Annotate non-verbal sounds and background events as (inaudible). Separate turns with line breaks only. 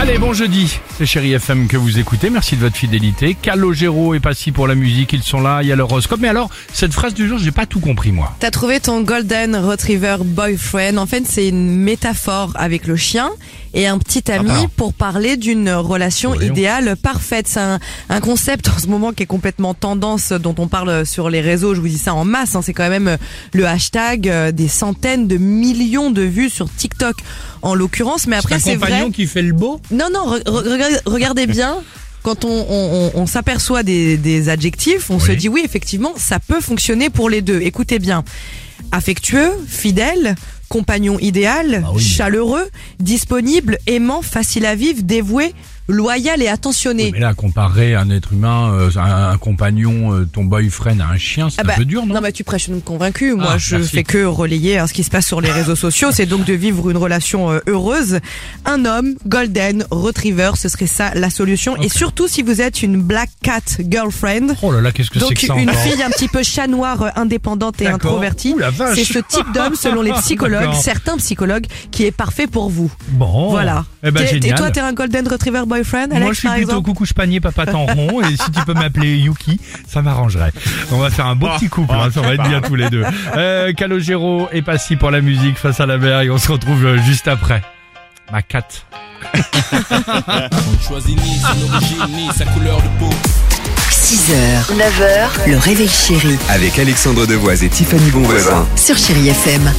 Allez, bon jeudi, c'est Chéri FM que vous écoutez, merci de votre fidélité. Calogero et Passy pour la musique, ils sont là, il y a l'horoscope. Mais alors, cette phrase du jour, j'ai pas tout compris moi.
T'as trouvé ton golden retriever boyfriend. En fait, c'est une métaphore avec le chien et un petit ami
Ah, pardon.
pour parler d'une relation
Voyons.
idéale parfaite. C'est un, un concept en ce moment qui est complètement tendance, dont on parle sur les réseaux. Je vous dis ça en masse. hein. C'est quand même le hashtag euh, des centaines de millions de vues sur TikTok en l'occurrence. Mais après, c'est vrai.
qui fait le beau
Non, non, re- re- regardez- regardez bien. Quand on, on- on- on s'aperçoit des, des adjectifs, on se dit oui, effectivement, ça peut fonctionner pour les deux. Écoutez bien. Affectueux, fidèle, compagnon idéal, chaleureux, disponible, aimant, facile à vivre, dévoué, loyal et attentionné.
Mais là, comparer un être humain, euh, un, un compagnon, euh, ton boyfriend à un chien, c'est
Ah
un
bah,
peu dur, non
mais tu prêches une convaincue. Moi,
Ah,
je
merci.
fais que relayer hein, ce qui se passe sur les réseaux sociaux. C'est donc de vivre une relation euh, heureuse. Un homme, golden, retriever, ce serait ça la solution. Et surtout si vous êtes une black cat girlfriend.
Oh là là, qu'est-ce que c'est
Donc
que ça
une
encore
fille un petit peu chat noir, euh, indépendante et
D'accord.
introvertie.
Ouh, la vache.
C'est ce type d'homme, selon
(laughs)
les psychologues,
D'accord.
certains psychologues, qui est parfait pour vous.
Bon,
voilà.
Eh ben,
T'es- t'es-
génial.
toi, t'es un golden retriever boyfriend, Alex,
Moi, je suis
par
plutôt
exemple
coucou, je panier, papa en rond. Et si tu peux m'appeler Yuki, ça m'arrangerait. On va faire un beau petit couple. hein, ça va être bien tous les deux. Euh, Calogero est passé pour la musique face à la mer et on se retrouve euh, juste après. Ma 4.
choisit ni son origine ni sa couleur de peau.
6h, 9h, le réveil chéri
Avec Alexandre Devoise et Tiffany Bonvoisin.
sur Chéri FM.